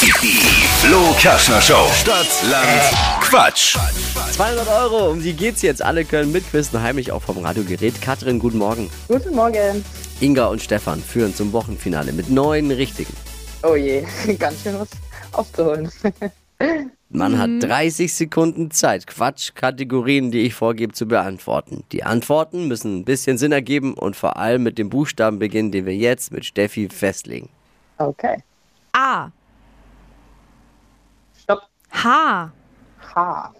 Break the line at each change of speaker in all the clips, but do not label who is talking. Die Flo Kaschner Show. Stadt, Land, Quatsch.
200 Euro, um die geht's jetzt. Alle können mitquissen, heimlich auch vom Radiogerät. Katrin, guten Morgen.
Guten Morgen.
Inga und Stefan führen zum Wochenfinale mit neun richtigen.
Oh je, ganz schön was aufzuholen.
Man hat 30 Sekunden Zeit, Quatschkategorien, die ich vorgebe, zu beantworten. Die Antworten müssen ein bisschen Sinn ergeben und vor allem mit dem Buchstaben beginnen, den wir jetzt mit Steffi festlegen.
Okay.
A.
Stopp.
H.
H.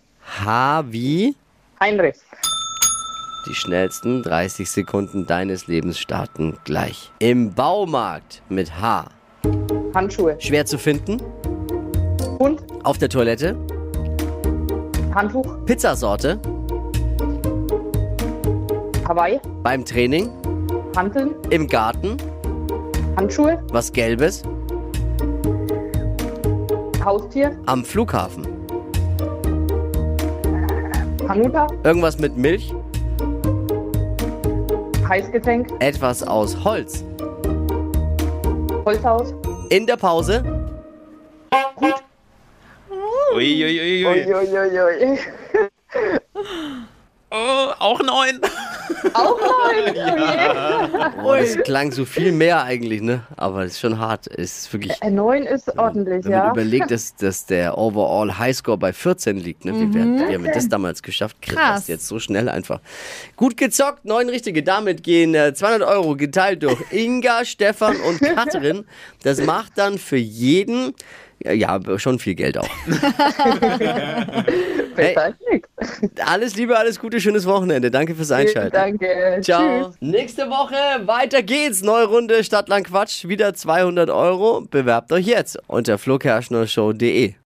H wie?
Heinrich.
Die schnellsten 30 Sekunden deines Lebens starten gleich. Im Baumarkt mit H.
Handschuhe.
Schwer zu finden?
Hund.
Auf der Toilette?
Handtuch.
Pizzasorte?
Hawaii.
Beim Training?
Hanteln.
Im Garten?
Handschuhe.
Was Gelbes?
Haustier.
Am Flughafen?
Hanuta.
Irgendwas mit Milch?
Heißgetränk.
Etwas aus Holz?
Holzhaus.
In der Pause?
Uiuiui.
Uiuiuiui.
Oh, auch neun.
Auch neun. Ja.
Boah, das klang so viel mehr eigentlich, ne? Aber es ist schon hart. Es ist wirklich.
Neun ist ordentlich,
Wenn man
Äh, ja.
überlegt, dass, dass der Overall Highscore bei 14 liegt, ne? Wie, wär, wie haben wir das damals geschafft? Krass.
Krass.
Jetzt so schnell einfach. Gut gezockt, neun richtige. Damit gehen äh, 200 Euro geteilt durch Inga, Stefan und Katrin. Das macht dann für jeden, ja, ja schon viel Geld auch.
Besser als nix.
Alles Liebe, alles Gute, schönes Wochenende. Danke fürs Einschalten.
Danke.
Ciao.
Tschüss.
Nächste Woche weiter geht's. Neue Runde Stadtland Quatsch. Wieder 200 Euro. Bewerbt euch jetzt unter flokerschnershow.de.